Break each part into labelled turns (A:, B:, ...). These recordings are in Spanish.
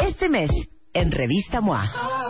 A: Este mes, en Revista MOA.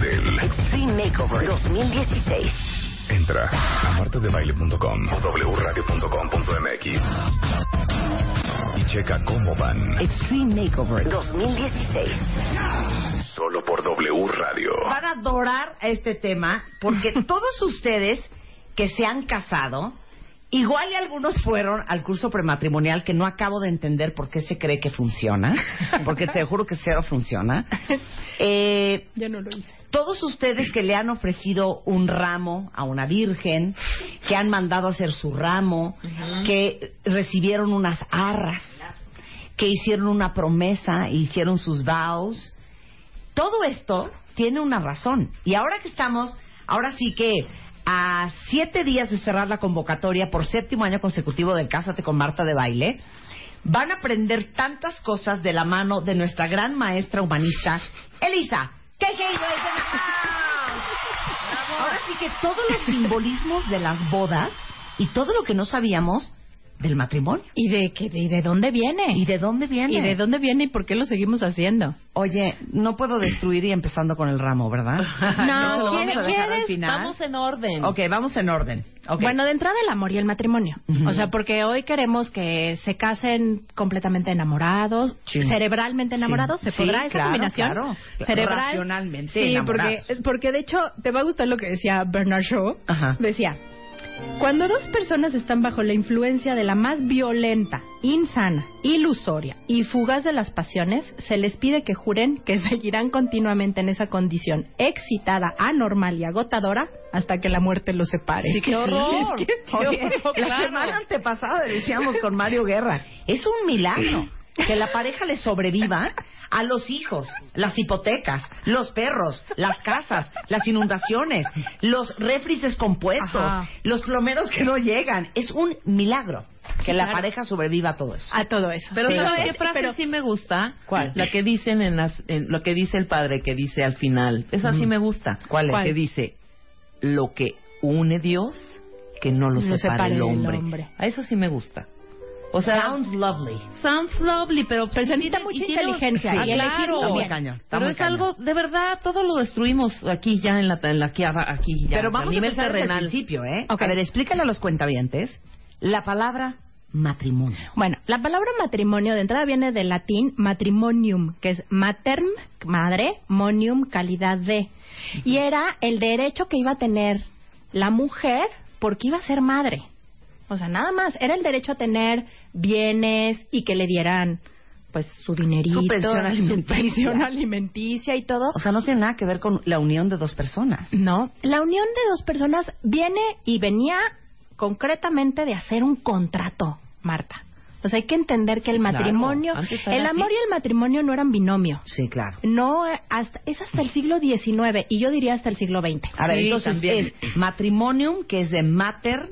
B: del
A: Extreme Makeover 2016.
B: Entra a martadebaile.com o wradio.com.mx y checa cómo van
A: Extreme Makeover 2016.
B: solo por W Radio.
A: Van a adorar este tema porque todos ustedes que se han casado, igual y algunos fueron al curso prematrimonial que no acabo de entender por qué se cree que funciona, porque te juro que cero funciona. Eh,
C: Ya no lo hice.
A: todos ustedes que le han ofrecido un ramo a una virgen, que han mandado a hacer su ramo, que recibieron unas arras, que hicieron una promesa, e hicieron sus vows. Todo esto tiene una razón. Y ahora que estamos, ahora sí que a siete días de cerrar la convocatoria por séptimo año consecutivo del Cásate con Marta de Baile, van a aprender tantas cosas de la mano de nuestra gran maestra humanista, Elisa. Keike Goizenbaum. Ahora sí que todos los simbolismos de las bodas y todo lo que no sabíamos del matrimonio.
C: ¿Y de, qué, y de dónde viene?
A: ¿Y de dónde viene?
C: ¿Y de dónde viene y por qué lo seguimos haciendo?
A: Oye, no puedo destruir y empezando con el ramo, ¿verdad?
C: No,
A: lo vamos a dejar al
C: ¿quieres?
A: final.
D: Vamos en orden.
A: Ok, vamos en orden. Ok.
C: Bueno, de entrada el amor y el matrimonio.
A: Ujú.
C: O sea, porque hoy queremos que se casen completamente enamorados,
A: Sí.
C: cerebralmente enamorados.
A: Sí.
C: ¿Se podrá
A: Sí,
C: esa
A: claro,
C: combinación?
A: claro.
C: Cerebral.
A: Racionalmente
C: Sí,
A: enamorados.
C: porque, porque de hecho te va a gustar lo que decía Bernard Shaw.
A: Ajá.
C: Decía, cuando dos personas están bajo la influencia de la más violenta, insana, ilusoria y fugaz de las pasiones, se les pide que juren que seguirán continuamente en esa condición excitada, anormal y agotadora hasta que la muerte los separe.
A: Sí, qué horror.
C: Es que-
A: Oye, La
D: claro.
A: semana antepasada decíamos con Mario Guerra, es un milagro que la pareja le sobreviva a los hijos, las hipotecas, los perros, las casas, las inundaciones, los refris descompuestos,
C: Ajá.
A: los plomeros que no llegan. Es un milagro que la
C: claro.
A: pareja sobreviva a todo eso.
C: a todo eso.
D: Pero
C: Sí.
D: ¿sabes qué
C: Pero-
D: frase sí me gusta?
A: ¿Cuál?
D: La que dicen en las en lo que dice el padre que dice al final. Esa sí me gusta.
A: ¿Cuál es?
D: La Que dice lo que une Dios que no lo
C: Lo
D: separe,
C: separe
D: el,
C: del
D: hombre.
C: hombre.
D: A eso sí me gusta. O sea,
A: Sounds lovely.
D: sounds lovely, pero
C: Pero se necesita
D: tiene-
C: mucha
D: y tiene-
C: inteligencia.
D: Sí,
C: Y elegir
D: claro.
C: muy bien.
A: cañón, está
D: pero
A: muy
D: es algo de verdad, todo lo destruimos aquí ya en la en la aquí, aba- aquí ya
A: Pero vamos a,
D: nivel
A: empezar desde el
D: terrenal.
A: principio, ¿eh?
C: Ok.
A: A ver, explícale a los cuentavientes la palabra matrimonio.
C: Bueno, la palabra matrimonio de entrada viene del latín matrimonium, que es materm, madre, monium, calidad de. Y era el derecho que iba a tener la mujer porque iba a ser madre. O sea, nada más. Era el derecho a tener bienes y que le dieran, pues, su dinerito.
A: Su pensión alimenticia.
C: su pensión alimenticia y todo.
A: O sea, no tiene nada que ver con la unión de dos personas.
C: No, la unión de dos personas viene y venía concretamente de hacer un contrato, Marta. O sea, hay que entender que el
D: claro.
C: matrimonio,
D: Antes era
C: el amor
D: así.
C: y el matrimonio no eran binomio.
A: Sí, claro.
C: No, eh, hasta, es hasta el siglo XIX y yo diría hasta el siglo XX.
A: A ver,
D: Sí,
A: entonces
D: también.
A: es matrimonium, que es de mater,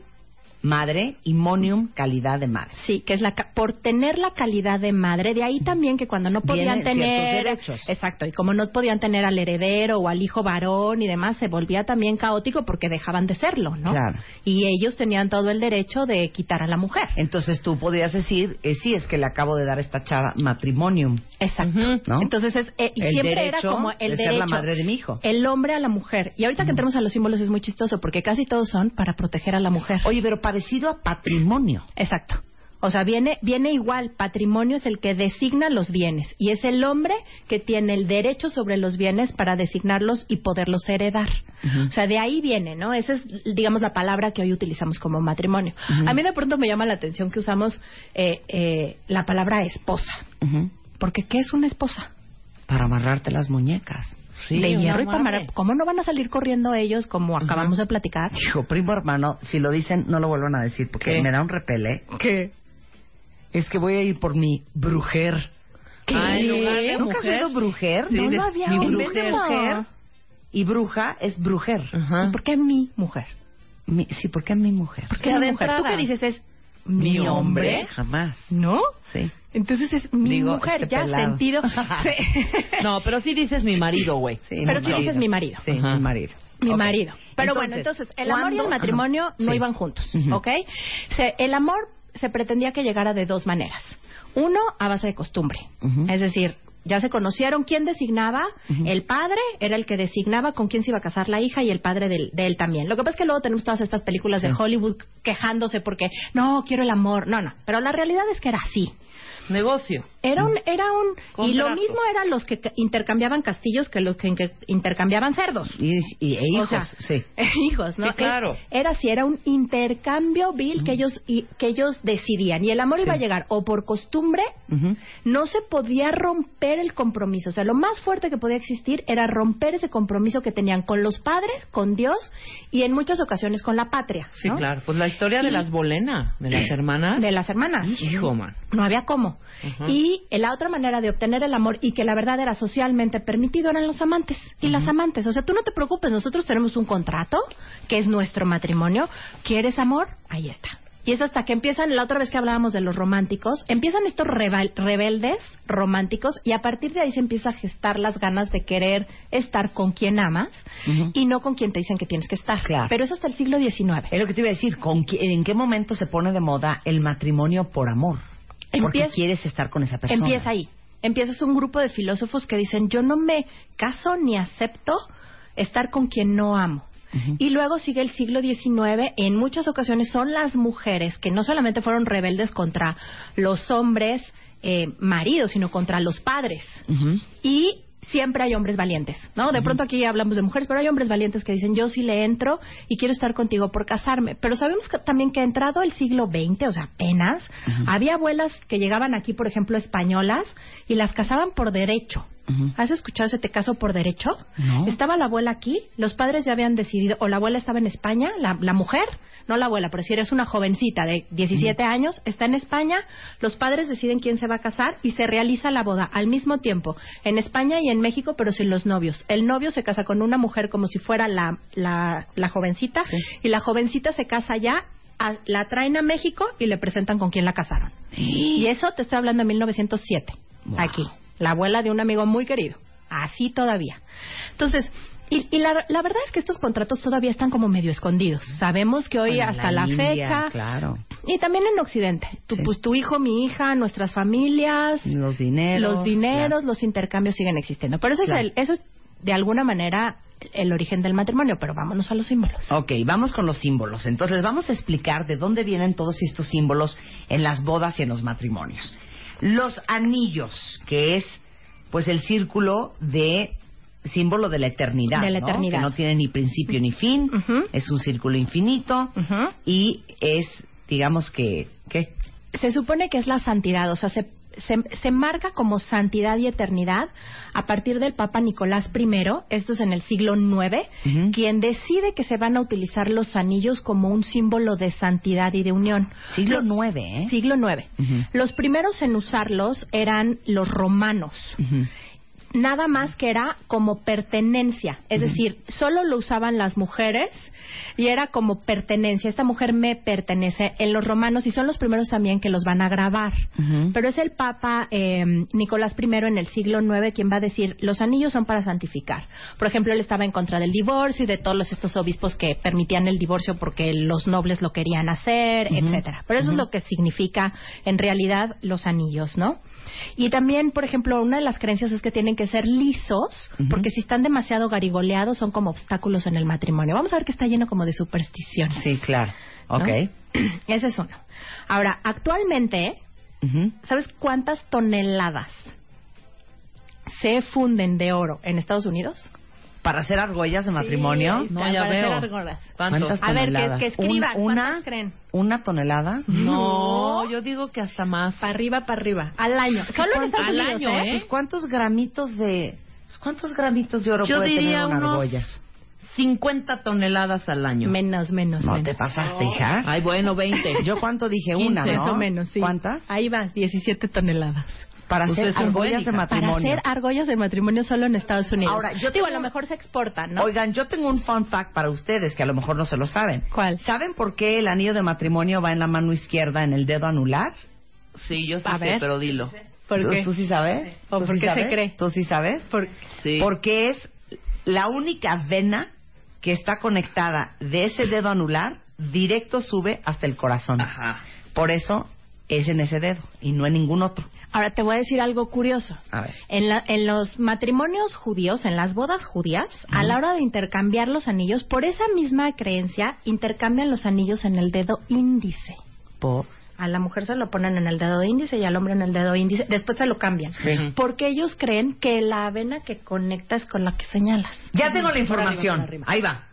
A: madre, y monium, calidad de madre.
C: Sí, que es la ca- por tener la calidad de madre, de ahí también que cuando no podían
A: Vienen
C: tener
A: ciertos derechos.
C: Exacto, y como no podían tener al heredero o al hijo varón y demás, se volvía también caótico porque dejaban de serlo, ¿no?
A: Claro.
C: Y ellos tenían todo el derecho de quitar a la mujer.
A: Entonces tú podrías decir, eh, sí, es que le acabo de dar a esta chava matrimonium.
C: Exacto.
D: Ujú.
A: ¿no?
C: Entonces es, eh, y
A: El
C: siempre era
A: derecho
C: como el
A: de ser
C: derecho
A: la madre de mi hijo.
C: El hombre a la mujer. Y ahorita que entremos a los símbolos es muy chistoso porque casi todos son para proteger a la mujer.
A: Oye, pero parecido a patrimonio.
C: Exacto. O sea, viene, viene igual, patrimonio es el que designa los bienes y es el hombre que tiene el derecho sobre los bienes para designarlos y poderlos heredar. O sea, de ahí viene, ¿no? Esa es, digamos, la palabra que hoy utilizamos como matrimonio. A mí de pronto me llama la atención que usamos eh, eh, la palabra esposa,
A: Ujú.
C: porque ¿qué es una esposa?
A: Para amarrarte las muñecas.
D: Sí,
C: de
D: una
C: hierro y
D: madre.
C: pomara. ¿Cómo no van a salir corriendo ellos como acabamos de platicar?
A: Hijo, primo hermano, si lo dicen, no lo vuelvan a decir porque
D: ¿Qué?
A: me da un repele.
C: ¿Qué?
A: Es que voy a ir por mi brujer.
D: Ah, en lugar de
A: ¿Nunca has
D: mujer.
A: oído brujer?
D: Sí,
A: no
D: de-
A: lo había
D: mi
A: oído. En vez de
D: brujer.
A: mujer y bruja es brujer.
D: Ajá.
C: ¿Por qué mi mujer?
A: Mi- sí, ¿por qué mi mujer?
C: ¿Por qué
D: Ya
C: mi
D: de
C: mujer? ¿Tú
D: entrada.
C: qué dices? Es mi hombre.
A: Jamás.
C: ¿No?
A: Sí.
C: Entonces es mi
D: Digo,
C: mujer,
D: este
C: ya
D: pelado.
C: sentido. Sí.
D: No, pero sí dices mi marido, güey.
A: Sí,
C: Pero sí dices mi marido.
A: Sí,
D: Ajá.
A: mi marido.
C: Mi
A: Ok.
C: marido. Pero bueno, entonces, el amor y
A: ¿cuándo?
C: el matrimonio
A: Ah,
C: no
A: sí.
C: iban juntos,
A: Ujú.
C: ¿ok? Se- el amor se pretendía que llegara de dos maneras. Uno, a base de costumbre.
A: Ujú.
C: Es decir, ya se conocieron quién designaba.
A: Ujú.
C: El padre era el que designaba con quién se iba a casar la hija y el padre del- de él también. Lo que pasa es que luego tenemos todas estas películas de Hollywood quejándose porque, no, quiero el amor. No, no. Pero la realidad es que era así.
D: Negocio.
C: Era un, era un, y lo
D: Contratos.
C: mismo eran los que ca- intercambiaban castillos que los que inter- intercambiaban cerdos.
A: Y, y- e hijos,
C: O sea,
A: sí.
C: Hijos, ¿no?
D: Sí, claro.
C: Era si era un intercambio vil que ellos y- que ellos decidían y el amor iba a llegar o por costumbre,
A: Ujú.
C: no se podía romper el compromiso, o sea, lo más fuerte que podía existir era romper ese compromiso que tenían con los padres, con Dios y en muchas ocasiones con la patria,
D: Sí,
C: ¿no?
D: claro. Pues la historia de
C: Y-
D: las Bolena, de las hermanas.
C: De las hermanas.
D: Hijo, man.
C: No había cómo.
D: Ajá.
C: Y eh, la otra manera de obtener el amor y que la verdad era socialmente permitido eran los amantes y las amantes. O sea, tú no te preocupes, nosotros tenemos un contrato que es nuestro matrimonio. ¿Quieres amor? Ahí está. Y es hasta que empiezan, la otra vez que hablábamos de los románticos, empiezan estos rebel- rebeldes románticos y a partir de ahí se empieza a gestar las ganas de querer estar con quien amas
A: Ujú.
C: y no con quien te dicen que tienes que estar.
A: Claro.
C: Pero es hasta el siglo XIX.
A: Es lo que te iba a decir, ¿con qui- ¿en qué momento se pone de moda el matrimonio por amor? Porque
C: Empieza-
A: quieres estar con esa persona.
C: Empieza ahí. Empiezas un grupo de filósofos que dicen, yo no me caso ni acepto estar con quien no amo.
A: Ujú.
C: Y luego sigue el siglo XIX. En muchas ocasiones son las mujeres que no solamente fueron rebeldes contra los hombres eh, maridos, sino contra los padres.
A: Ujú.
C: Y siempre hay hombres valientes, ¿no? De pronto aquí hablamos de mujeres, pero hay hombres valientes que dicen, yo sí le entro y quiero estar contigo por casarme. Pero sabemos que, también que ha entrado el siglo XX, o sea, apenas, había abuelas que llegaban aquí, por ejemplo, españolas, y las casaban por derecho.
A: Ujú.
C: ¿Has escuchado ese te caso por derecho?
A: No.
C: Estaba la abuela aquí, los padres ya habían decidido, o la abuela estaba en España, la, la mujer, no la abuela, pero si eres una jovencita de 17 años, está en España, los padres deciden quién se va a casar y se realiza la boda al mismo tiempo, en España y en México, pero sin los novios. El novio se casa con una mujer como si fuera la, la, la jovencita y la jovencita se casa ya. a- la traen a México y le presentan con quién la casaron. Y eso te estoy hablando de 1907,
A: Wow.
C: aquí, la abuela de un amigo muy querido, así todavía. Entonces, y, y la, la verdad es que estos contratos todavía están como medio escondidos. Sabemos que hoy
A: Bueno,
C: hasta la,
A: India,
C: fecha,
A: Claro.
C: y también en Occidente, tu,
A: Sí.
C: pues tu hijo, mi hija, nuestras familias,
A: Los dineros.
C: los dineros,
A: claro.
C: los intercambios siguen existiendo. Pero eso,
A: Claro.
C: es, el- eso es de alguna manera el origen del matrimonio, pero vámonos a los símbolos.
A: Ok, vamos con los símbolos. Entonces, les vamos a explicar de dónde vienen todos estos símbolos en las bodas y en los matrimonios. Los anillos, que es, pues, el círculo de símbolo de la eternidad,
C: De la
A: ¿no?
C: eternidad.
A: que no tiene ni principio ni fin,
C: Ujú.
A: es un círculo infinito
C: Ujú.
A: y es, digamos que, ¿qué?
C: Se supone que es la santidad, o sea, se, se, se marca como santidad y eternidad a partir del Papa Nicolás I, esto es en el siglo IX,
A: Ujú.
C: quien decide que se van a utilizar los anillos como un símbolo de santidad y de unión.
A: Siglo
C: Lo-
A: IX, ¿eh?
C: Siglo IX.
A: Ujú.
C: Los primeros en usarlos eran los romanos
A: Ujú.
C: nada más que era como pertenencia, es decir, solo lo usaban las mujeres y era como pertenencia, esta mujer me pertenece en los romanos y son los primeros también que los van a grabar,
A: Ujú.
C: pero es el Papa eh, Nicolás I en el siglo IX quien va a decir, los anillos son para santificar, por ejemplo, él estaba en contra del divorcio y de todos los- estos obispos que permitían el divorcio porque los nobles lo querían hacer,
A: Ujú.
C: etcétera, pero eso es lo que significa en realidad los anillos, ¿no? Y también, por ejemplo, una de las creencias es que tienen que ser lisos,
A: Ujú.
C: porque si están demasiado garigoleados son como obstáculos en el matrimonio. Vamos a ver que está lleno como de supersticiones.
A: Sí, claro.
C: ¿no?
A: Ok.
C: Ese es uno. Ahora, actualmente,
A: Ujú.
C: ¿sabes cuántas toneladas se funden de oro en Estados Unidos?
A: Para hacer argollas de matrimonio.
D: No, ya
C: Para hacer
D: veo.
C: argolas.
D: ¿Cuántos?
A: ¿Cuántas
C: A ver, que-
A: toneladas?
C: que escriban,
A: Un- una,
C: ¿cuántas creen?
A: ¿Una tonelada?
D: No, yo digo que hasta más.
C: Para arriba, para arriba. Al año. Solo en
D: cuánto?
C: Estados
D: Al
C: Unidos,
D: año,
C: ¿eh?
D: ¿eh?
A: Pues, ¿Cuántos gramitos de pues, cuántos gramitos de oro
D: Yo
A: puede
D: diría
A: tener una
D: unos
A: argolla?
D: 50 toneladas al año.
C: Menos, menos,
A: No
C: menos. Oh.
A: te pasaste, hija.
D: Ay, bueno, 20.
A: Yo cuánto dije una,
C: Más
A: ¿no?
C: o menos, sí.
A: ¿Cuántas?
C: Ahí vas, 17 toneladas.
A: Para
D: Pues
A: hacer
D: es
A: argollas
D: orgánica.
A: de
C: Para
A: matrimonio.
C: hacer argollas de matrimonio solo en Estados Unidos.
A: Ahora, yo
C: digo,
A: tengo-
C: a lo mejor se exportan, ¿no?
A: Oigan, yo tengo un fun fact para ustedes que a lo mejor no se lo saben.
C: ¿Cuál?
A: ¿Saben por qué el anillo de matrimonio va en la mano izquierda en el dedo anular?
D: Sí, yo sí
C: A
D: sé,
C: ver.
D: pero dilo.
C: ¿Por
A: ¿Tú,
C: qué?
A: tú pues sí sabes?
C: ¿O
A: ¿Tú
C: por
A: sí
C: qué se
A: sabes?
C: cree?
A: ¿Tú sí sabes?
C: Por-
D: Sí.
A: Porque es la única vena que está conectada de ese dedo anular, directo sube hasta el corazón.
D: Ajá.
A: Por eso es en ese dedo y no en ningún otro.
C: Ahora te voy a decir algo curioso.
A: A ver.
C: En, la- en los matrimonios judíos, en las bodas judías, a la hora de intercambiar los anillos, por esa misma creencia, intercambian los anillos en el dedo índice.
A: Por...
C: A la mujer se lo ponen en el dedo índice y al hombre en el dedo índice. Después se lo cambian.
D: Sí.
C: Porque ellos creen que la avena que conectas con la que señalas.
A: Ya tengo la
C: Por arriba, por
A: información.
C: arriba.
A: Ahí va.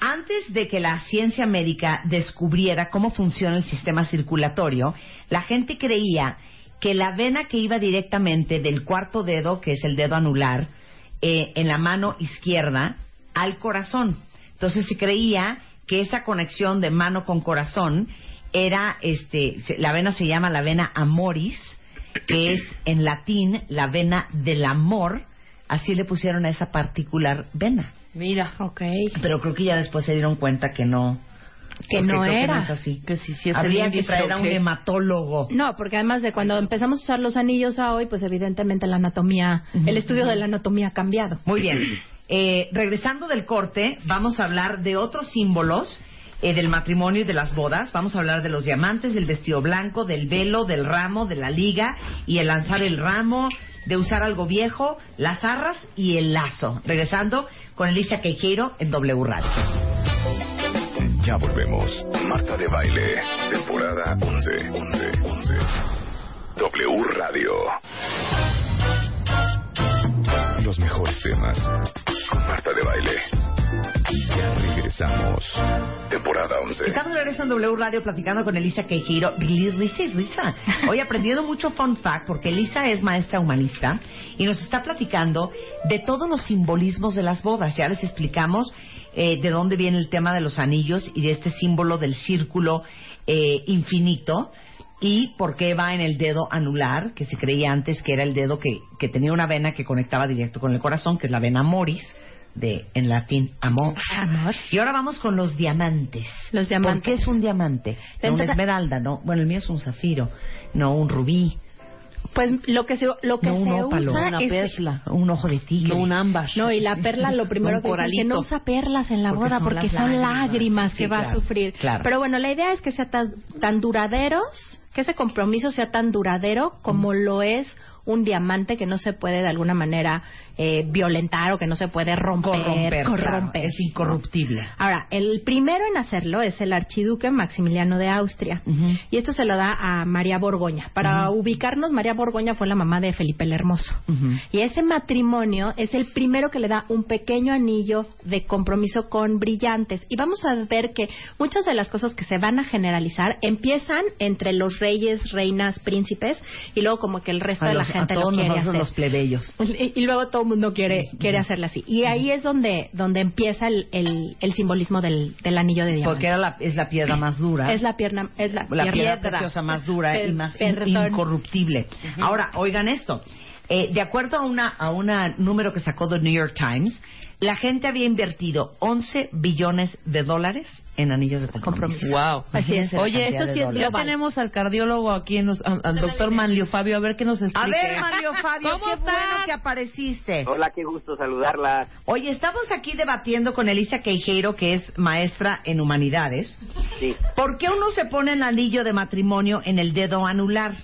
A: Antes de que la ciencia médica descubriera cómo funciona el sistema circulatorio, la gente creía que la vena que iba directamente del cuarto dedo, que es el dedo anular, eh, en la mano izquierda, al corazón. Entonces se creía que esa conexión de mano con corazón era, este, se- la vena se llama la vena amoris, que es en latín la vena del amor. Así le pusieron a esa particular vena.
D: Mira.
C: Ok.
A: Pero creo que ya después se dieron cuenta que no.
C: Que no
A: creo
C: era.
A: Ah, Que es así.
D: Que si- si es el
A: Habría que
D: índice,
A: traer a
D: ¿o
A: un
D: qué?
A: hematólogo.
C: No, porque además de cuando empezamos a usar los anillos a hoy, pues evidentemente la anatomía, el estudio de la anatomía ha cambiado.
A: Muy bien. Eh, regresando del corte, vamos a hablar de otros símbolos eh, del matrimonio y de las bodas. Vamos a hablar de los diamantes, del vestido blanco, del velo, del ramo, de la liga y el lanzar el ramo, de usar algo viejo, las arras y el lazo. Regresando con Elisa Queijeiro en W Radio.
B: Ya volvemos. Marta de Baile, temporada 11, 11, 11. W Radio. Los mejores temas con Marta de Baile. Ya regresamos. Temporada 11.
A: Estamos de regreso en W Radio platicando con Elisa Queijero. Risa y risa. Hoy aprendiendo mucho fun fact porque Elisa es maestra humanista y nos está platicando de todos los simbolismos de las bodas. Ya les explicamos eh, de dónde viene el tema de los anillos y de este símbolo del círculo eh, infinito y por qué va en el dedo anular, que se creía antes que era el dedo que, que tenía una vena que conectaba directo con el corazón, que es la vena moris, de, en latín amor.
C: Amor.
A: Y ahora vamos con los diamantes.
C: Los
A: ¿Por
C: diamantes.
A: qué es un diamante? No, una
C: Entonces-
A: esmeralda, ¿no? Bueno, el mío es un zafiro, no un rubí,
C: Pues lo que se, lo que
A: no un
C: se
A: ópalo,
C: usa
D: una
C: es-
D: perla.
A: un ojo de tigre.
D: No un ambas.
C: No, y la perla lo primero
D: Un
C: que dicen es que
D: coralito.
C: no usa perlas en la
A: Porque
C: boda
A: son
C: porque
A: las
C: son
A: lágrimas.
C: lágrimas
A: Sí,
C: que va a
A: claro,
C: sufrir.
A: claro.
C: Pero bueno, la idea es que sea tan, tan duraderos, que ese compromiso sea tan duradero como lo es un diamante que no se puede de alguna manera eh, violentar o que no se puede romper,
A: corromper, claro,
C: corromper.
A: es incorruptible.
C: Ahora, el primero en hacerlo es el archiduque Maximiliano de Austria.
A: Ujú.
C: Y esto se lo da a María Borgoña. Para ubicarnos, María Borgoña fue la mamá de Felipe el Hermoso.
A: Ujú.
C: Y ese matrimonio es el primero que le da un pequeño anillo de compromiso con brillantes. Y vamos a ver que muchas de las cosas que se van a generalizar empiezan entre los reyes, reinas, príncipes y luego como que el resto
A: A
C: de la
A: los- a
C: gente lo
A: todos
C: quiere
A: nosotros
C: hacer.
A: los plebeyos.
C: Y, y luego todo el mundo quiere, quiere hacerla así. Y ahí es donde, donde empieza el, el, el simbolismo del, del anillo de diamante.
A: Porque era la- es la piedra más dura.
C: es la pierna, es la,
A: la
C: pierna
A: piedra preciosa más dura
C: Per-
A: y más in-
C: perdón.
A: incorruptible. Ahora, oigan esto. Eh, de acuerdo a una a una número que sacó The New York Times, la gente había invertido 11 billones de dólares en anillos de compromiso.
C: Compromiso.
D: Wow.
A: Así es.
D: Oye,
A: La cantidad
D: esto
A: de
D: sí es. Ya
A: dólares.
D: tenemos al cardiólogo aquí, en los- al, al doctor Manlio Fabio, a ver qué nos explica.
A: A ver, Mario Fabio,
D: ¿Cómo
A: qué
D: estás?
A: bueno que apareciste.
E: Hola, qué gusto saludarla.
A: Oye, estamos aquí debatiendo con Elisa Queijeiro, que es maestra en humanidades.
E: Sí,
A: ¿Por qué uno se pone el anillo de matrimonio en el dedo anular?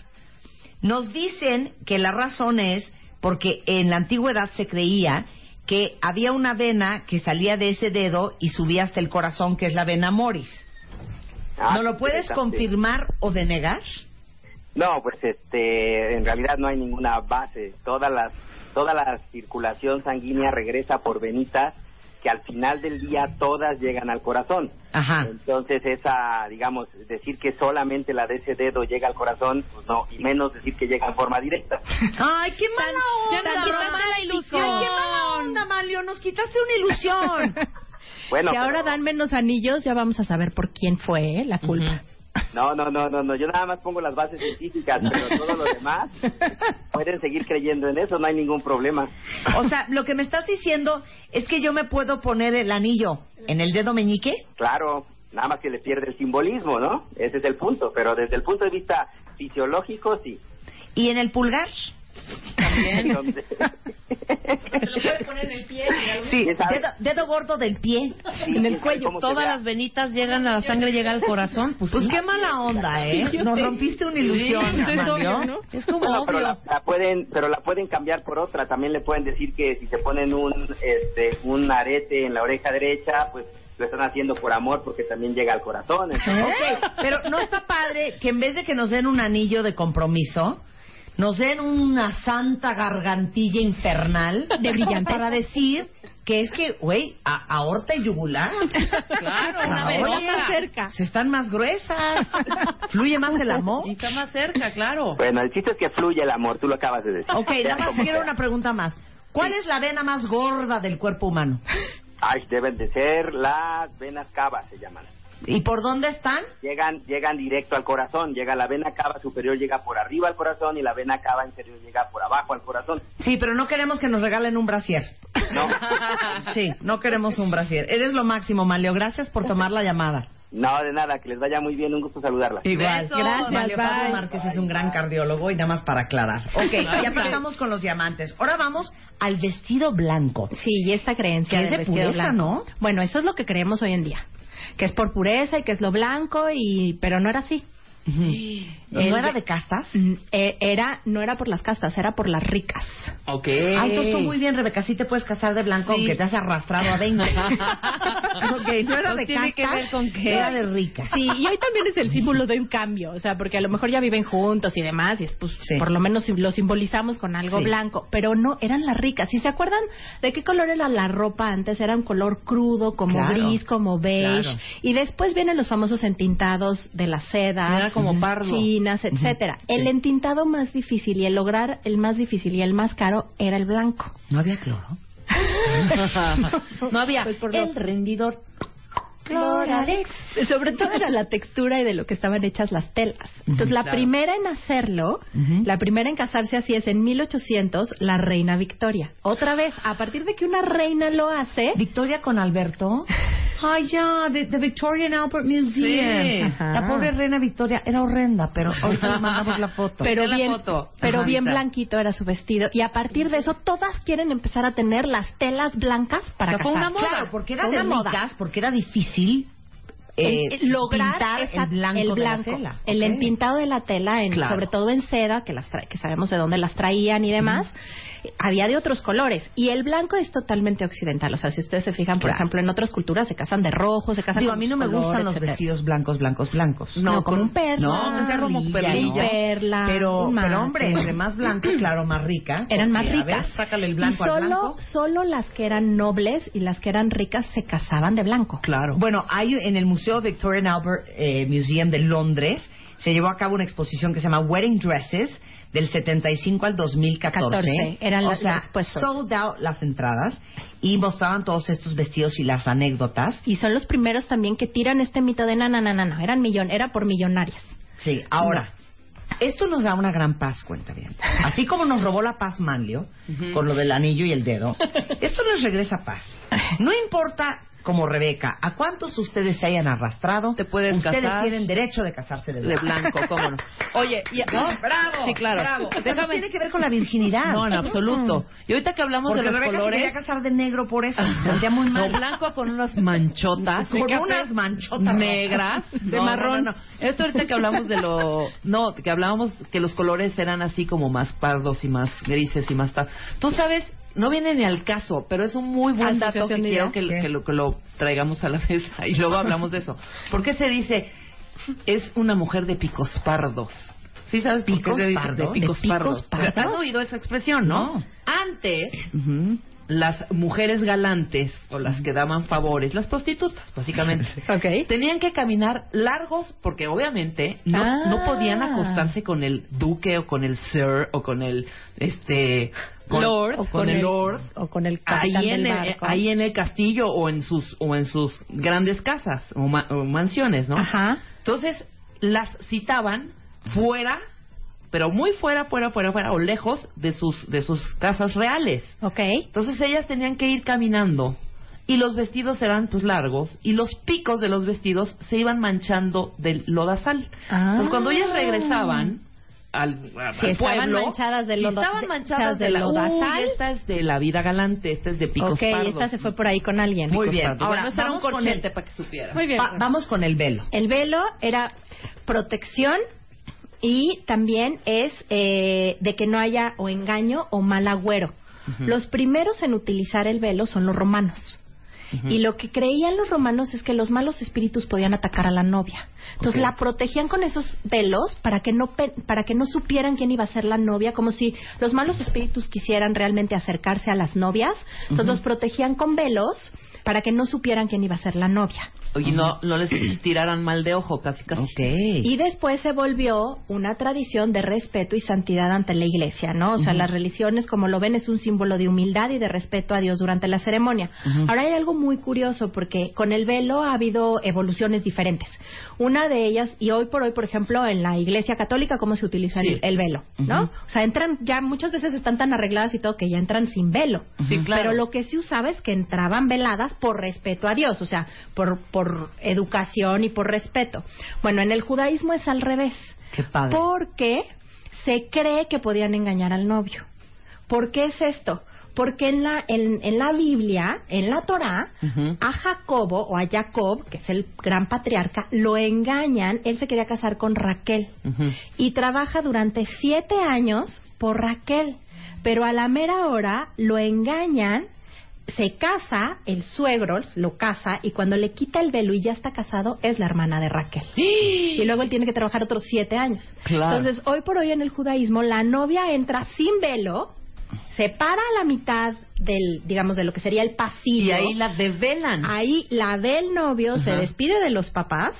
A: Nos dicen que la razón es porque en la antigüedad se creía que había una vena que salía de ese dedo y subía hasta el corazón, que es la vena moris.
E: Ah,
A: ¿No lo puedes
E: interesante.
A: confirmar o denegar?
E: No, pues este, en realidad no hay ninguna base. Todas las, toda la circulación sanguínea regresa por venitas que al final del día todas llegan al corazón.
A: Ajá.
E: Entonces esa, digamos, decir que solamente la de ese dedo llega al corazón, pues no, y menos decir que llega en forma directa.
A: Ay, qué mala
D: ya
A: onda.
D: nos quitaste la ilusión.
A: Ay, qué mala onda, Malio. Nos quitaste una ilusión.
E: Bueno,
C: si ahora
E: pero-
C: dan menos anillos, ya vamos a saber por quién fue ¿eh? la culpa.
E: No, no, no, no, no. Yo nada más pongo las bases científicas, pero todo lo demás pueden seguir creyendo en eso, no hay ningún problema.
A: O sea, lo que me estás diciendo es que yo me puedo poner el anillo en el dedo meñique.
E: Claro, nada más que le pierde el simbolismo, ¿no? Ese es el punto, pero desde el punto de vista fisiológico, sí.
A: ¿Y en el pulgar?
E: Entonces,
A: Sí,
E: ¿Quién sabe?
A: dedo, dedo gordo del pie.
E: sí,
D: En
E: quién
D: el
E: sabe
D: cuello.
E: cómo se
D: Todas
E: vea.
D: las venitas llegan a la sangre, llega al corazón. Pues,
A: Pues
D: sí.
A: qué mala onda, ¿eh? Nos rompiste una ilusión,
D: Sí, es
A: Armando.
D: obvio, ¿no? Es como
E: Bueno, pero
D: obvio.
E: la, la pueden pero la pueden cambiar por otra también le pueden decir que si se ponen un este un arete en la oreja derecha pues lo están haciendo por amor porque también llega al corazón
A: ¿Eh?
E: entonces,
A: Ok, pero no está padre que en vez de que nos den un anillo de compromiso, nos den una santa gargantilla infernal
C: De brillante.
A: para decir que es que, güey, a- aorta y yugular.
D: Claro, una
A: Pues Ahora
D: vergüenza.
C: cerca.
A: Se están más gruesas, fluye más el amor.
D: Y está más cerca, claro.
E: bueno el chiste es que fluye el amor tú lo acabas de decir
A: Ah. Ok,
E: Sea
A: nada más
E: como
A: quiero
E: sea.
A: una pregunta más. ¿Cuál es la vena más gorda del cuerpo humano?
E: Ay, deben de ser las venas cava se llaman
A: ¿Y por dónde están?
E: llegan llegan directo al corazón llega la vena cava superior llega por arriba al corazón y la vena cava inferior llega por abajo al corazón
A: Sí, pero no queremos que nos regalen un brasier.
E: no
A: Sí, no queremos un brasier. Eres lo máximo, Maleo. Gracias por tomar la llamada.
E: no de nada que les vaya muy bien un gusto saludarla
A: Igual.
D: Besos.
A: Gracias,
D: Mario
A: Pablo
D: bye.
A: Márquez es un gran cardiólogo y nada más para aclarar. Ok, ya empezamos con los diamantes. Ahora vamos al vestido blanco.
C: Sí, y esta creencia
A: Que es
C: del
A: de
C: vestido
A: pureza, ¿no?
C: blanco. Bueno, eso es lo que creemos hoy en día, que es por pureza y que es lo blanco y pero no era así.
A: ¿No
C: El-
A: era de castas?
C: Mm, eh, Era no era por las castas, era por las ricas.
D: Ok.
A: Ay, tú estuvo muy bien, Rebeca. Sí te puedes casar de blanco
D: Sí.
A: aunque te has arrastrado a 20. ok, no era
D: No
A: de
D: Pues tiene que
A: castas,
D: ver con qué.
A: Era de ricas.
C: Sí, y hoy también es el símbolo de un cambio, o sea, porque a lo mejor ya viven juntos y demás, y es, pues,
A: Sí.
C: por lo menos lo simbolizamos con algo
A: Sí.
C: blanco, pero no, eran las ricas. ¿Y se acuerdan de qué color era la ropa antes? Era un color crudo, como
A: Claro.
C: gris, como beige,
A: Claro.
C: y después vienen los famosos entintados de las sedas,
D: Era como pardo.
C: chinas, etcétera.
A: Sí.
C: El entintado más difícil y el lograr el más difícil y el más caro era el blanco.
A: ¿No había cloro?
D: no había
C: Pues por lo-
D: el rendidor.
C: Cloralex. Sobre todo era la textura y de lo que estaban hechas las telas. Entonces, la
D: Claro.
C: primera en hacerlo,
A: Ujú.
C: la primera en casarse así es en 1800, la reina Victoria. Otra vez, a partir de que una reina lo hace,
A: Victoria con Alberto. Ay, ya, de, de Victoria and Albert
D: Sí.
A: Museum.
C: Ajá.
A: La pobre reina Victoria era horrenda, pero ahorita le mandamos la foto.
C: pero
D: Ve la
C: bien,
D: foto.
C: pero
D: Ajá,
C: bien
D: Lisa.
C: blanquito era su vestido. Y a partir de eso, todas quieren empezar a tener las telas blancas para
D: O sea, fue una
C: casarse.
D: moda.
A: Claro, porque era
C: Fue
A: de
C: una moda.
A: ricas, porque era difícil eh,
C: El- el lograr
A: pintar
C: esa-
A: el blanco,
C: el
A: de la tela.
C: el
A: Ok.
C: entintado de la tela, en-
A: Claro.
C: sobre todo en seda, que, las tra- que sabemos de dónde las traían y demás. Había de otros colores. Y el blanco es totalmente occidental. O sea, si ustedes se fijan, por
A: Claro.
C: ejemplo, en otras culturas se casan de rojo, se casan
A: Digo,
C: con
A: a mí no me
C: muchos colores,
A: gustan los
C: etcétera.
A: vestidos blancos, blancos, blancos.
C: No, como un perla.
A: No, que sea como
D: perlilla,
A: perlilla.
D: ¿no?
C: Perla,
A: Pero,
C: un
A: pero
C: mate.
A: hombre, entre más blanco, claro, más rica.
C: Eran más
A: Porque, a
C: ricas.
A: ver, sácale el blanco
C: y solo,
A: al blanco.
C: solo las que eran nobles y las que eran ricas se casaban de blanco.
A: Claro. Bueno, hay en el Museo Victoria and Albert eh, Museum de Londres se llevó a cabo una exposición que se llama Wedding Dresses del 75 al 2014.
C: 14, eran
A: o
C: las-
A: sea,
C: las puestas.
A: sold out las entradas y mostraban todos estos vestidos y las anécdotas.
C: Y son los primeros también que tiran este mito de na, na, na, na, no, eran millón, era por millonarias.
A: Sí, ahora, esto nos da una gran paz, cuenta bien. Así como nos robó la paz Manlio, con lo del anillo y el dedo, esto les regresa paz. No importa, como Rebeca, a cuántos ustedes se hayan arrastrado,
D: Te puedes
A: ustedes
D: casar.
A: tienen derecho de casarse de
D: De
A: blanco.
D: blanco, cómo no. Oye, y-
A: No, bravo,
D: Sí, claro.
A: bravo. O sea, no
D: Déjame-
A: tiene que ver con la virginidad.
D: No, en absoluto. Y ahorita que hablamos
A: Porque
D: de los
A: Rebeca se quería
D: colores,
A: casar de negro por eso, se sentía muy
D: lo
A: mal.
D: blanco con unas manchotas.
A: Con
D: Café
A: unas manchotas
D: negras de
A: No,
D: marrón.
A: no, no,
D: Esto ahorita que hablamos de lo no, que hablábamos que los colores eran así como más pardos y más grises y más tal. Tú sabes, no viene ni al caso, pero es un muy buen dato que
C: Asociación de
D: quiero
C: ideas.
D: que,
A: ¿Qué?
D: que lo, que lo traigamos a la mesa y luego hablamos de eso. ¿Por qué se dice es una mujer de picos pardos? ¿Sí sabes por qué
A: ¿Picos
D: se dice
A: pardos?
D: de picos
A: ¿De picos
D: pardos?
A: pardos?
D: ¿Has oído esa expresión, no?
A: No.
D: Antes
A: Ujú.
D: las mujeres galantes o las que daban favores, las prostitutas, básicamente.
C: Ok.
D: Tenían que caminar largos porque obviamente no,
C: Ah.
D: no podían acostarse con el duque o con el sir o con el este con-
C: Lord.
D: o con, el, lord
C: O con el capitán
D: ahí en
C: del
D: el,
C: barco.
D: ahí en el castillo o en sus o en sus grandes casas o, ma- o mansiones, ¿no?
C: Ajá.
D: Entonces las citaban fuera, pero muy fuera, fuera, fuera, fuera, o lejos de sus, de sus casas reales.
C: Ok.
D: Entonces ellas tenían que ir caminando y los vestidos eran pues largos y los picos de los vestidos se iban manchando del lodazal.
C: Ah.
D: Entonces cuando ellas regresaban al, a-
C: Si
D: al
C: estaban
D: pueblo,
C: manchadas de
D: si
C: lodo-
D: estaban
C: de-
D: manchadas
C: manchadas de
D: de la-
C: lodazal.
D: Uy, esta es de la vida galante, esta es de picos
C: ok,
D: pardos.
C: esta se fue por ahí con alguien.
D: Picos
A: Muy bien.
D: pardos.
A: Ahora,
D: Bueno, ese era un
A: vamos con
D: corchete
A: el-
D: para que supiera.
C: Muy bien.
A: Va- vamos con el velo.
C: El velo era protección y también es eh, de que no haya o engaño o mal agüero. Los primeros en utilizar el velo son los romanos. Y lo que creían los romanos es que los malos espíritus podían atacar a la novia. Entonces
D: Ok.
C: la protegían con esos velos para que no pe- para que no supieran quién iba a ser la novia, como si los malos espíritus quisieran realmente acercarse a las novias. Entonces los protegían con velos para que no supieran quién iba a ser la novia.
D: Oye, no, no les tiraran mal de ojo, casi casi.
C: Y después se volvió una tradición de respeto y santidad ante la iglesia, ¿no? O sea, las religiones, como lo ven, es un símbolo de humildad y de respeto a Dios durante la ceremonia. Ahora hay algo muy curioso porque con el velo ha habido evoluciones diferentes. Una de ellas, y hoy por hoy, por ejemplo, en la iglesia católica, ¿cómo se utiliza el-
D: Sí.
C: el velo? ¿No? O sea, entran, ya muchas veces están tan arregladas y todo que ya entran sin velo.
D: Sí, claro.
C: Pero lo que sí usaba es que entraban veladas por respeto a Dios, o sea, por, por educación y por respeto. Bueno, en el judaísmo es al revés,
A: Qué padre.
C: porque se cree que podían engañar al novio. ¿Por qué es esto? Porque en la, en, en la Biblia, en la Torá,
D: Ujú.
C: a Jacobo o a Jacob, que es el gran patriarca, lo engañan, él se quería casar con Raquel
D: Ujú.
C: y trabaja durante siete años por Raquel. Pero a la mera hora lo engañan, se casa, el suegro lo casa y cuando le quita el velo y ya está casado es la hermana de Raquel. Y luego él tiene que trabajar otros siete años.
D: Claro.
C: Entonces, hoy por hoy en el judaísmo, la novia entra sin velo, se para a la mitad del, digamos, de lo que sería el pasillo.
D: Y ahí la develan.
C: Ahí la ve el novio, se
D: Ajá.
C: despide de los papás,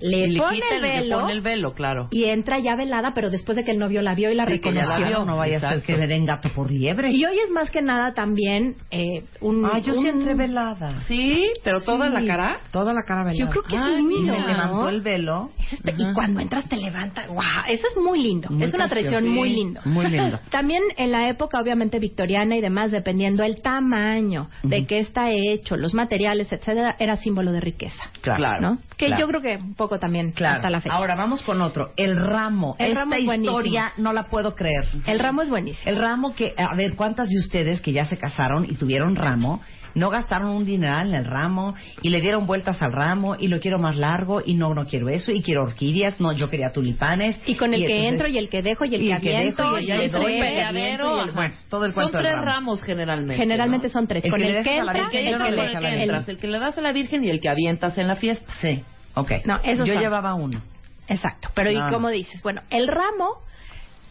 C: le,
D: Y le
C: pone,
D: quitan
C: el
D: y le
C: velo,
D: pone el velo, claro.
C: y entra ya velada, pero después de que el novio la vio y la
D: Sí, que ya la
C: reconoció.
D: vio.
A: no vaya a ser
D: Exacto.
A: que me den gato por liebre.
C: Y hoy es más que nada también eh, un...
A: ah, yo
C: un-
A: sí entré velada.
D: Sí, pero toda la cara.
A: Toda la cara velada.
C: Yo creo que es
A: Ay,
C: lindo,
A: y Me
C: ¿no?
A: levantó el velo.
C: Eso es- este,
D: Ajá.
C: Y cuando entras te levanta. ¡Guau! Eso es muy lindo.
A: Muy
C: es una
A: precioso.
C: tradición muy
D: Sí,
C: lindo.
A: muy lindo.
C: También en la época, obviamente, victoriana y demás, dependiendo el tamaño, de qué está hecho, los materiales, etcétera, era símbolo de riqueza.
A: Claro.
C: ¿no? Que
A: Claro.
C: yo creo que un poco también
A: Claro.
C: hasta la fecha.
A: Ahora vamos con otro. El ramo.
C: El
A: Esta
C: ramo es buenísimo.
A: historia no la puedo creer.
C: el ramo es buenísimo.
A: El ramo que, a ver, ¿cuántas de ustedes que ya se casaron y tuvieron ramo, no gastaron un dineral en el ramo y le dieron vueltas al ramo y lo quiero más largo y no, no quiero eso y quiero orquídeas, no, yo quería tulipanes.
C: Y con el que
A: entonces-
C: entro y el que dejo y el
A: y
C: que
A: el que
C: aviento
A: dejo y
C: y el
A: el que
C: que
A: doy,
C: entrego.
A: el
D: peleadero, ajá.
A: bueno, todo el
D: Son
A: cuento del
D: tres
A: ramo.
D: ramos generalmente.
C: Generalmente
D: ¿no?
C: son tres.
A: El
C: con
A: que le
C: el que
A: dejas a la
C: entra,
D: El que,
A: Virgen,
C: el
A: yo no
C: que
A: le dejo
D: entras,
C: deja,
D: el
A: la
D: que
C: el-
D: entras, el que le das a la Virgen y el que avientas en la fiesta.
A: Sí, ok.
C: No, esos
A: yo
C: son.
A: llevaba uno.
C: Exacto, pero
A: Nada
C: y como
A: más.
C: dices, bueno, el ramo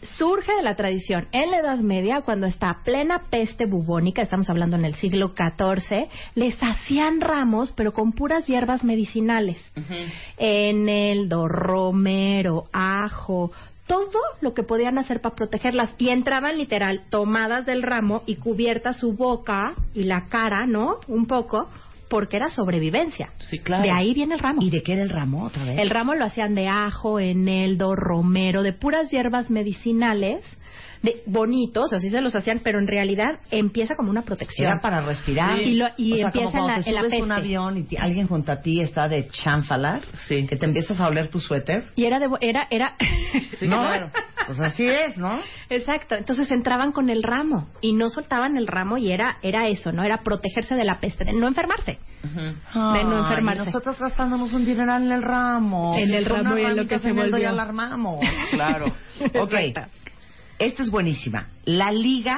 C: surge de la tradición en la Edad Media cuando está a plena peste bubónica, estamos hablando en el siglo XIV, les hacían ramos pero con puras hierbas medicinales, eneldo, romero, ajo, todo lo que podían hacer para protegerlas y entraban literal tomadas del ramo y cubierta su boca y la cara, ¿no? Un poco, porque era sobrevivencia.
D: Sí, claro.
C: De ahí viene el ramo.
A: ¿Y de qué era el ramo otra vez?
C: El ramo lo hacían de ajo, eneldo, romero, de puras hierbas medicinales, de bonitos, así se los hacían, pero en realidad empieza como una protección.
A: Era para respirar.
D: Sí.
C: Y lo- y
A: o sea,
C: empieza
A: como cuando
C: en la-
A: te
C: en la
A: subes un
C: peste.
A: avión y ti- alguien junto a ti está de chanfalas,
D: Sí.
A: que te empiezas a oler tu suéter.
C: Y era de bo- era era
D: Sí,
A: ¿No?
D: claro.
A: Pues así es, ¿no?
C: Exacto, entonces entraban con el ramo y no soltaban el ramo y era era eso, no era protegerse de la peste, de no enfermarse.
D: Ujú.
C: De no enfermarse.
A: Ay, nosotros gastándonos un dineral en el ramo.
C: En el
A: Con
C: ramo
A: unas
C: y en lo que
A: ramitas
C: se
A: en el do-
C: volvió.
A: Ya la armamos.
D: Claro.
A: ok.
C: Exacto.
A: Esta es buenísima. La liga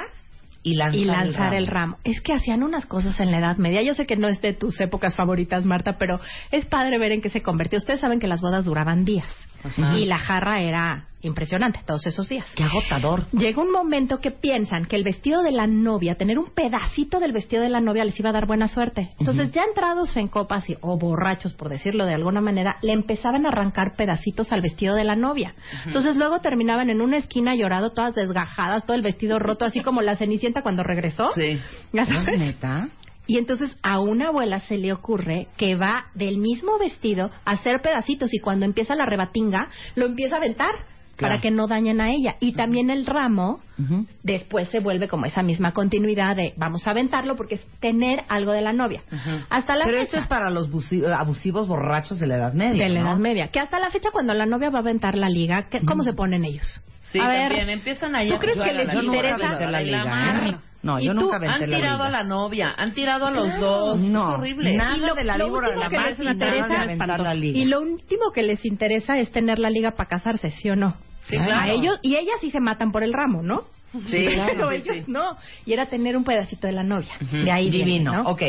A: y lanzar,
C: y lanzar
A: el
C: el ramo. Es que hacían unas cosas en la Edad Media. Yo sé que no es de tus épocas favoritas, Marta, pero es padre ver en qué se convirtió. Ustedes saben que las bodas duraban días
D: Ajá.
C: y la jarra era impresionante todos esos días.
A: Qué agotador.
C: Llega un momento que piensan que el vestido de la novia, tener un pedacito del vestido de la novia les iba a dar buena suerte. Entonces, ya entrados en copas y- o borrachos, por decirlo de alguna manera, le empezaban a arrancar pedacitos al vestido de la novia. Entonces, luego terminaban en una esquina llorando, todas desgajadas, todo el vestido roto, así como la cenicienta cuando regresó.
D: Sí.
C: Ya
A: ¿No es
C: sabes.
A: neta?
C: Y entonces a una abuela se le ocurre que va del mismo vestido a hacer pedacitos y cuando empieza la rebatinga lo empieza a aventar para
A: Claro.
C: que no dañen a ella. Y también el ramo
A: Ujú.
C: después se vuelve como esa misma continuidad de vamos a aventarlo porque es tener algo de la novia. Hasta la
A: Pero
C: fecha.
A: esto es para los busi- abusivos borrachos de la Edad Media.
C: de la
A: ¿no?
C: edad media. Que hasta la fecha, cuando la novia va a aventar la liga, ¿qué- ¿cómo se ponen ellos?
D: Sí,
C: a ver,
D: también empiezan a
C: ¿tú crees que les
A: Yo nunca
C: interesa?
A: aventé la liga,
D: reclamar.
A: ¿eh? No,
C: ¿Y
A: yo
C: tú?
A: nunca
D: Han
A: aventé la
D: tirado
A: liga.
D: a la novia, han tirado a los dos.
A: No,
D: es horrible.
A: nada
C: Y lo-
A: de la
C: lo
A: víbora de
C: último
A: la
C: que
A: mar
C: les
A: y nada de
C: interesa es
A: aventar
C: espantoso.
A: la liga.
C: Y lo último que les interesa es tener la liga para casarse, ¿sí o no?
D: Sí,
C: A
D: claro.
C: ellos, y ellas sí se matan por el ramo, ¿no?
D: Sí,
C: Pero
D: claro, sí,
C: ellos
D: sí.
C: no. Y era tener un pedacito de la novia. De ahí viene,
A: Divino.
C: ¿no?
A: Ok.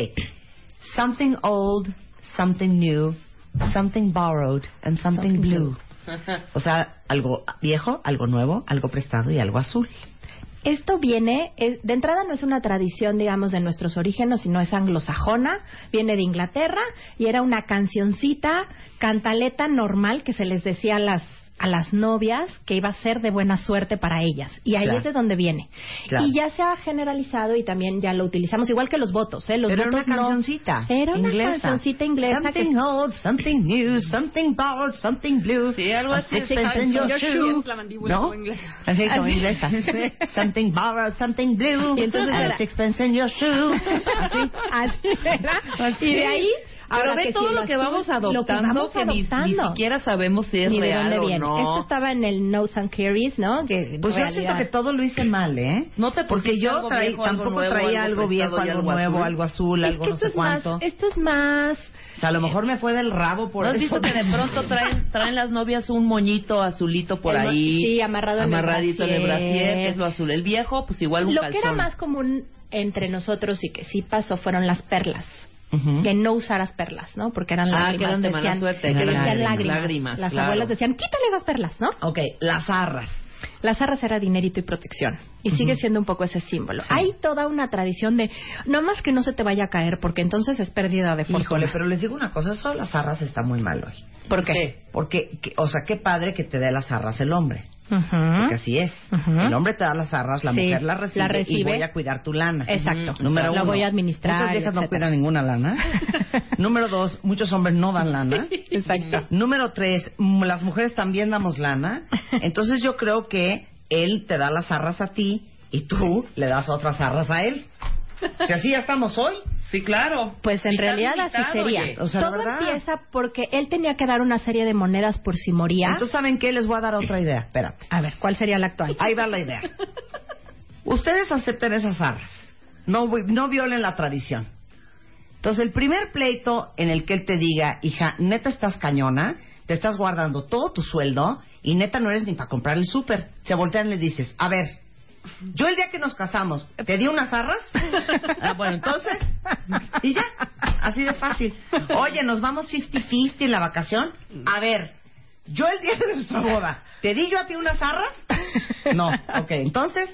A: Something old, something new, something borrowed and something,
C: Something
A: blue. O sea, algo viejo, algo nuevo, algo prestado y algo azul.
C: Esto viene, es- de entrada no es una tradición, digamos, de nuestros orígenes, sino es anglosajona, viene de Inglaterra y era una cancioncita, cantaleta normal que se les decía a las a las novias que iba a ser de buena suerte para ellas. Y ahí
A: Claro.
C: es de donde viene.
A: Claro.
C: Y ya se ha generalizado y también ya lo utilizamos, igual que los votos, ¿eh? Los
A: Pero era
C: votos
A: una
C: no-
A: cancioncita.
C: Era una
A: inglesa.
C: cancioncita inglesa. que-
A: Something old, something new, something borrowed, something blue.
D: Sí, algo
A: a
D: así,
A: Sixpence
D: está-
A: in your
D: your
A: shoe.
D: shoe.
F: Es la mandíbula
A: ¿No?
F: como inglesa.
A: Así como
C: Así.
A: inglesa. something borrowed, something blue.
C: Y entonces
A: and a
C: era-
A: Sixpence in your shoe. Así.
C: Así era. Y de ahí.
D: Pero ve
C: que
D: todo
C: si
D: lo
C: el
D: que
C: azul,
D: vamos
C: lo que
D: adoptando
C: vamos
D: que, ni- ni,
C: adoptando.
D: siquiera sabemos si es
C: ni de
D: real
C: dónde viene.
D: o no.
C: Esto estaba en el Notes and Carries, ¿no? Que
A: Pues yo
C: realidad-
A: siento que todo lo hice mal, ¿eh?
D: No te
A: Porque
D: pusiste
A: yo
D: algo
A: traí-
D: viejo, algo
A: tampoco
D: nuevo,
A: traía
D: algo
A: algo viejo,
D: prestado y
A: algo,
D: algo
A: nuevo,
D: azul.
A: algo azul,
C: Es
A: algo
C: que
A: no
C: esto
A: sé
C: es
A: cuánto.
C: más, esto es más.
A: O sea, a lo mejor me fue del rabo por
D: ¿No has
A: eso.
D: visto que de pronto traen, traen las novias un moñito azulito por
C: El mo-
D: ahí?
C: sí, amarrado en el
D: amarradito en el
C: brasier.
D: brasier, que es lo azul. El viejo, pues igual un
C: Lo que
D: calzón.
C: era más común entre nosotros y que sí pasó fueron las perlas.
A: Ujú.
C: Que no usaras perlas, ¿no? Porque eran
D: ¿Mm? Ah,
C: lágrimas.
D: que eran de mala
C: decían-
D: suerte,
C: Que
A: que eran
C: decían
A: lágrimas,
C: lágrimas.
D: lágrimas,
C: Las
D: claro.
C: abuelas decían, quítale esas perlas, ¿no?
A: Ok, las arras.
C: Las arras era dinerito y protección. Y sigue siendo un poco ese símbolo. Hay toda una tradición de, no más que no se te vaya a caer, porque entonces es pérdida de fortuna.
A: Híjole, pero les digo una cosa, eso de las arras está muy mal hoy.
C: ¿Por qué?
A: Porque, que- o sea, qué padre que te dé las arras el hombre.
C: Ujú.
A: Porque así es.
C: ¿Mm? Ujú.
A: El hombre te da las arras, la
C: Sí,
A: mujer las recibe,
C: la recibe.
A: y voy a cuidar tu lana.
C: Exacto.
A: Ujú. Número
C: Lo
A: uno.
C: voy a administrar,
A: Muchas viejas no
C: etcétera.
A: cuidan ninguna lana. Número dos, muchos hombres no dan lana.
C: Exacto.
A: Número tres, m- las mujeres también damos lana. Entonces yo creo que él te da las arras a ti y tú le das otras arras a él. Si así ya estamos hoy.
D: Sí, claro.
C: Pues en
D: Y estás
C: realidad así
D: invitado,
C: sería.
D: oye.
A: O sea, la
C: Todo
A: verdad.
C: empieza porque él tenía que dar una serie de monedas por si moría.
A: Entonces, ¿saben qué? Les voy a dar otra idea. Espérate.
C: a ver, ¿cuál sería la actual?
A: Ahí va la idea. Ustedes acepten esas arras. No, vi- no violen la tradición. Entonces, el primer pleito en el que él te diga, hija, neta estás cañona, te estás guardando todo tu sueldo y neta no eres ni para comprar el súper. Se voltean y le dices, a ver, yo el día que nos casamos, ¿te di unas arras? Ah, bueno, entonces, y ya, así de fácil. Oye, ¿nos vamos 50-50 en la vacación? A ver, yo el día de nuestra boda, ¿te di yo a ti unas arras? No, ok, entonces,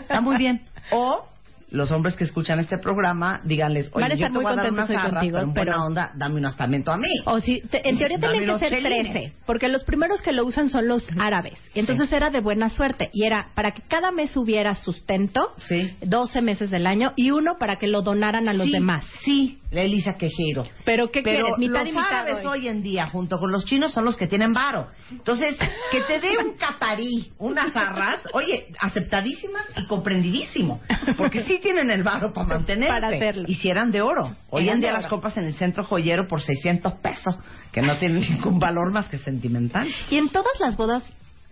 A: está muy bien. O los hombres que escuchan este programa, díganles, oye,
C: Van
A: yo
C: a estar
A: te
C: muy
A: voy a dar
C: contentos
A: unas
C: hoy
A: arras,
C: contigo,
A: pero en
C: pero-
A: buena onda, dame unas también tú a mí.
C: O si, te- en teoría
A: Dame
C: tenían que
A: los
C: ser
A: chelines.
C: 13, porque los primeros que lo usan son los árabes. Y entonces era de buena suerte. Y era para que cada mes hubiera sustento,
A: Sí.
C: 12 meses del año, y uno para que lo donaran a los
A: Sí,
C: demás.
A: Sí, la Elisa Quejero.
C: Pero ¿qué
A: Pero
C: quieres? Mitad y
A: los
C: mitad
A: árabes
C: hoy.
A: hoy en día, junto con los chinos, son los que tienen varo. Entonces, que te dé un catarí, unas arras, oye, aceptadísimas y comprendidísimo. Porque sí tienen el varo para mantenerte.
C: Para hacerlo.
A: Y si eran de oro. Hoy
C: Eran
A: en
C: de
A: día
C: oro.
A: las copas en el centro joyero por 600 pesos, que no tienen ningún valor más que sentimental.
C: Y en todas las bodas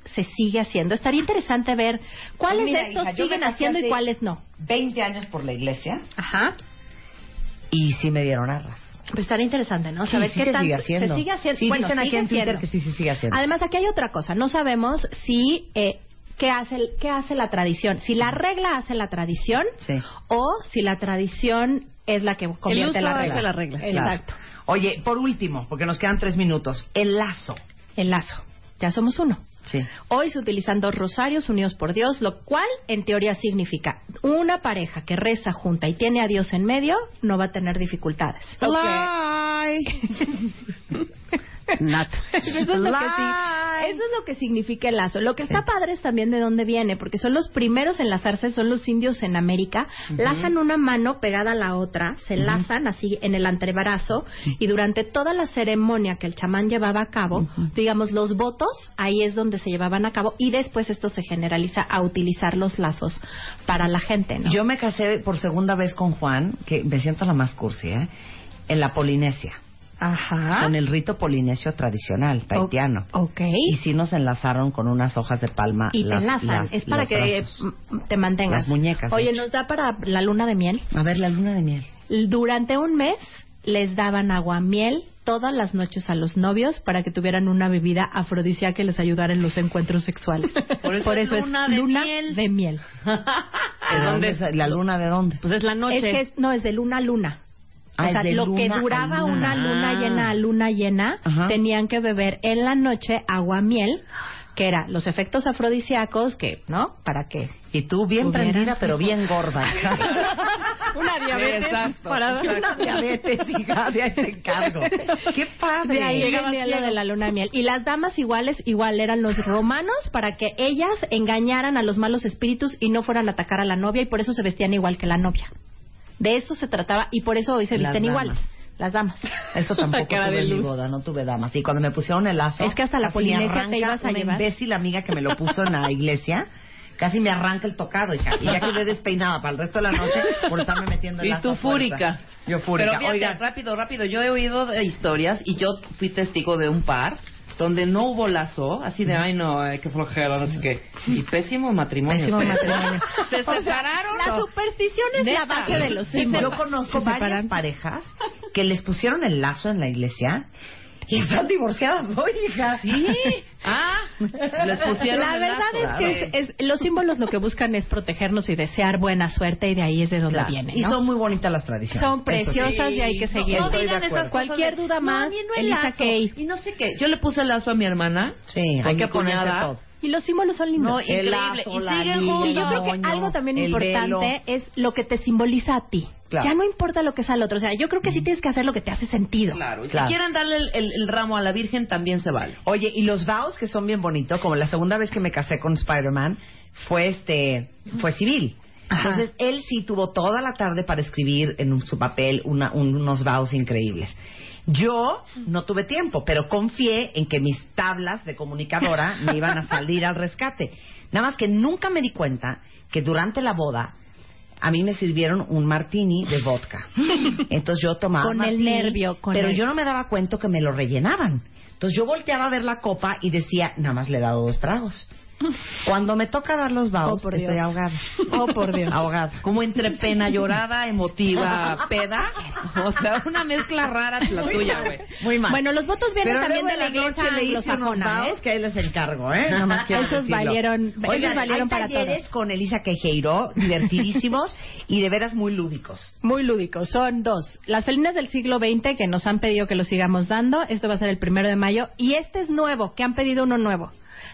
C: se sigue haciendo. Estaría interesante ver cuáles
A: Mira,
C: de estos
A: hija, yo me
C: siguen
A: casé
C: haciendo y
A: hace
C: cuáles no.
A: 20 años por la iglesia
C: Ajá.
A: y sí me dieron arras.
C: Pues estaría interesante, ¿no?
A: Sí,
C: Saber
A: sí
C: qué
A: se
C: tan-
A: sigue haciendo.
C: Se sigue haciendo.
A: Sí,
C: bueno,
A: dicen aquí
C: sigue
A: en Twitter
C: haciendo.
A: que sí se sigue haciendo.
C: Además, aquí hay otra cosa. No sabemos si... eh, ¿Qué hace, el- ¿Qué hace la tradición? Si la regla hace la tradición
A: Sí.
C: o si la tradición es la que convierte
F: uso
C: la regla.
F: hace la regla.
A: Claro.
C: Exacto.
A: Oye, por último, porque nos quedan tres minutos, el lazo.
C: El lazo. Ya somos uno.
A: Sí.
C: Hoy se utilizan dos rosarios unidos por Dios, lo cual en teoría significa una pareja que reza junta y tiene a Dios en medio no va a tener dificultades.
F: Nat.
C: Eso es, lo que sí- eso es lo que significa el lazo. Lo que está padre es también de dónde viene, porque son los primeros en lazarse, son los indios en América. Lazan una mano pegada a la otra, se lazan así en el antebrazo y durante toda la ceremonia que el chamán llevaba a cabo, digamos los votos, ahí es donde se llevaban a cabo y después esto se generaliza a utilizar los lazos para la gente, ¿no?
A: Yo me casé por segunda vez con Juan, que me siento la más cursi, ¿eh? En la Polinesia,
C: Ajá.
A: con el rito polinesio tradicional, tahitiano.
C: O- ok.
A: Y sí nos enlazaron con unas hojas de palma.
C: y te
A: las-
C: enlazan.
A: las-
C: es para
A: los
C: que eh,
A: brazos.
C: m- te mantengas.
A: Las muñecas, de
C: Oye,
A: hecho.
C: nos da para la luna de miel.
A: A ver, la luna de miel.
C: Durante un mes les daban agua miel todas las noches a los novios para que tuvieran una bebida afrodisíaca que les ayudara en los encuentros sexuales.
D: Por eso es luna de miel.
C: de miel.
A: ¿De dónde es- ¿La luna de dónde?
F: Pues es la noche.
C: Es que es- no, es de luna a luna.
A: Ah,
C: o
A: es
C: sea,
A: de
C: lo que
A: luna a
C: duraba
A: luna.
C: una luna llena a luna llena,
A: Ajá.
C: tenían que beber en la noche agua miel, que era los efectos afrodisíacos, que, ¿no? Para que
A: Y tú bien
C: Hubiera-
A: prendida, pero bien gorda.
C: una diabetes
D: Exacto,
C: para
D: exacto.
C: una diabetes hija de
A: te encargo. Qué padre.
C: De ahí venía lo de la luna de miel. Y las damas iguales, igual eran los romanos para que ellas engañaran a los malos espíritus y no fueran a atacar a la novia y por eso se vestían igual que la novia. De eso se trataba y por eso hoy se
A: Las
C: visten
A: damas.
C: iguales. Las damas.
A: Eso tampoco
C: Cara
A: tuve
C: de
A: en mi
C: luz.
A: boda, no tuve damas. Y cuando me pusieron el lazo...
C: Es que hasta la
A: casi me
C: Polinesia te
A: arranca
C: ibas a
A: una
C: llevar.
A: imbécil amiga que me lo puso en la iglesia... Casi me arranca el tocado, hija. Y ya quedé despeinada para el resto de la noche por estarme metiendo el
D: Y
A: lazo
D: tú
A: a fuerza.
D: fúrica.
A: Yo fúrica.
D: Pero fíjate,
A: Oigan,
D: rápido, rápido. Yo he oído de historias y yo fui testigo de un par donde no hubo lazo, así de, ay, no, ay, qué flojera, no sé qué. Y pésimo matrimonio.
A: Pésimo
D: Sí.
A: matrimonio.
D: Se separaron.
C: La superstición es la base de los
A: Yo
C: símbolos.
A: conozco varias parejas que les pusieron el lazo en la iglesia y están divorciadas hoy, hija.
D: Sí. Ah, les pusieron
C: La
D: el
C: verdad es
D: lazo.
C: que es- es- los símbolos lo que buscan es protegernos y desear buena suerte y de ahí es de donde
A: Claro.
C: viene.
A: Y
C: ¿no?
A: son muy bonitas las tradiciones.
C: Son preciosas y hay que
D: Sí, no,
C: seguirlas.
D: No, digan esas cosas
C: Cualquier
D: de,
C: duda
D: "No,
C: más,
D: a mí no el
C: Elisa
D: lazo".
C: Kay.
D: Y no sé qué. Yo le puse el lazo a mi hermana.
A: Sí, hay
D: a mi
A: que ponerse
D: cuñada.
A: todo.
C: Y los símbolos son lindos.
D: No, increíble.
A: lazo,
D: y
A: la
D: siguen
A: liga,
D: juntos.
C: Y yo creo que
A: Toño,
C: algo también
A: el
C: importante es lo que te simboliza a ti.
A: Claro. Mm.
C: Ya no importa lo que es al otro. O sea, yo creo que sí tienes que hacer lo que te hace sentido.
D: Claro, y
A: Claro.
D: si quieren darle el, el- el ramo a la Virgen, también se vale.
A: Oye, y los vaos que son bien bonitos, como la segunda vez que me casé con Spider-Man, fue este, fue civil.
C: Ajá.
A: Entonces, él sí tuvo toda la tarde para escribir en un- su papel una- un- unos vaos increíbles. Yo no tuve tiempo, pero confié en que mis tablas de comunicadora me iban a salir al rescate. Nada más que nunca me di cuenta que durante la boda a mí me sirvieron un martini de vodka. Entonces yo tomaba
C: Con el
A: martini,
C: nervio, con
A: pero
C: el-
A: yo no me daba cuenta que me lo rellenaban. Entonces yo volteaba a ver la copa y decía, nada más le he dado dos tragos. Cuando me toca dar los
C: Oh,
A: baos,
C: por
A: estoy
C: Dios.
A: ahogada.
C: Oh, por Dios.
A: Ahogada.
D: Como entre pena llorada, emotiva, peda. O sea, una mezcla rara la tuya, güey.
A: Muy mal.
C: Bueno, los votos vienen
A: Pero
C: también de
A: luego
C: la
A: en
C: iglesia
A: noche le hice unos
C: anglosajona, ¿eh?
A: vaos que ahí les encargo, ¿eh? Nada más quiero
C: Esos
A: decirlo.
C: valieron- esos
A: Oigan,
C: valieron
A: hay
C: para
A: talleres
C: todos.
A: con Elisa Quejeiro, divertidísimos y de veras muy lúdicos.
C: Muy lúdico, son dos. Las felinas del siglo XX que nos han pedido que lo sigamos dando, esto va a ser el primero de mayo, y este es nuevo, que han pedido uno nuevo,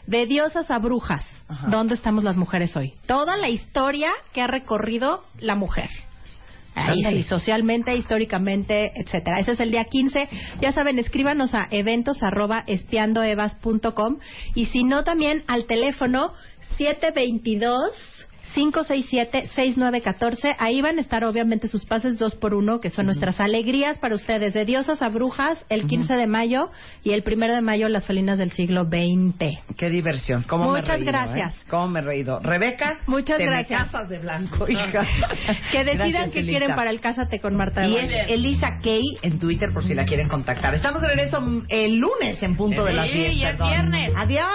C: de diosas a brujas, ¿dónde estamos las mujeres hoy? Toda la historia que ha recorrido la mujer. Ahí
A: Ándale.
C: sí, socialmente, históricamente, etcétera. Ese es el día 15. Ya saben, escríbanos a eventos arroba espiandoevas.com y si no también al teléfono 722 567-6914. Ahí van a estar obviamente sus pases dos por uno, que son nuestras alegrías para ustedes, de diosas a brujas, el 15 de mayo y el 1 de mayo las felinas del siglo XX.
A: Qué diversión. ¿Cómo me he
C: Muchas
A: reído,
C: gracias.
A: ¿eh? ¿Cómo me he reído? Rebeca,
C: Muchas
A: te me
C: gracias.
A: casas de blanco, hija.
C: Que decidan
A: Gracias,
C: que
A: Elisa.
C: quieren para el Cásate con Marta de
A: Y
C: Baile.
A: es Elisa Kay en Twitter por si la quieren contactar. Estamos de regreso mm, el lunes en punto de las
D: Sí,
A: 10.
D: y el
A: perdón.
D: viernes.
A: Adiós.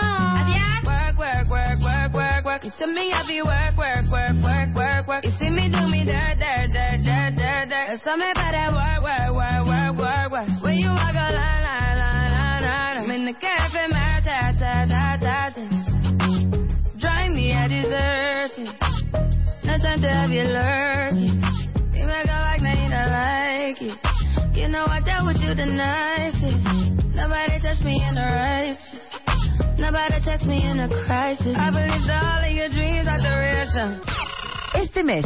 G: Work, work, work, work, work, work. You see me, I be work, work, work, work, work, work. You see me do me dirt, dirt, dirt, dirt, dirt, dirt. And some about that work, work, work, work, work, work. When you walk a line, line, line, line, line. I'm in the cafe, my ta, ta, ta, ta, ta. Drive me, I desert you. No time to have you lurking. You make a like, now you don't like it. You know I dealt with you the nicest. Nobody touched me in the righteous. Nobody text me in a crisis. I believed all of your dreams are duration.
A: Este mes,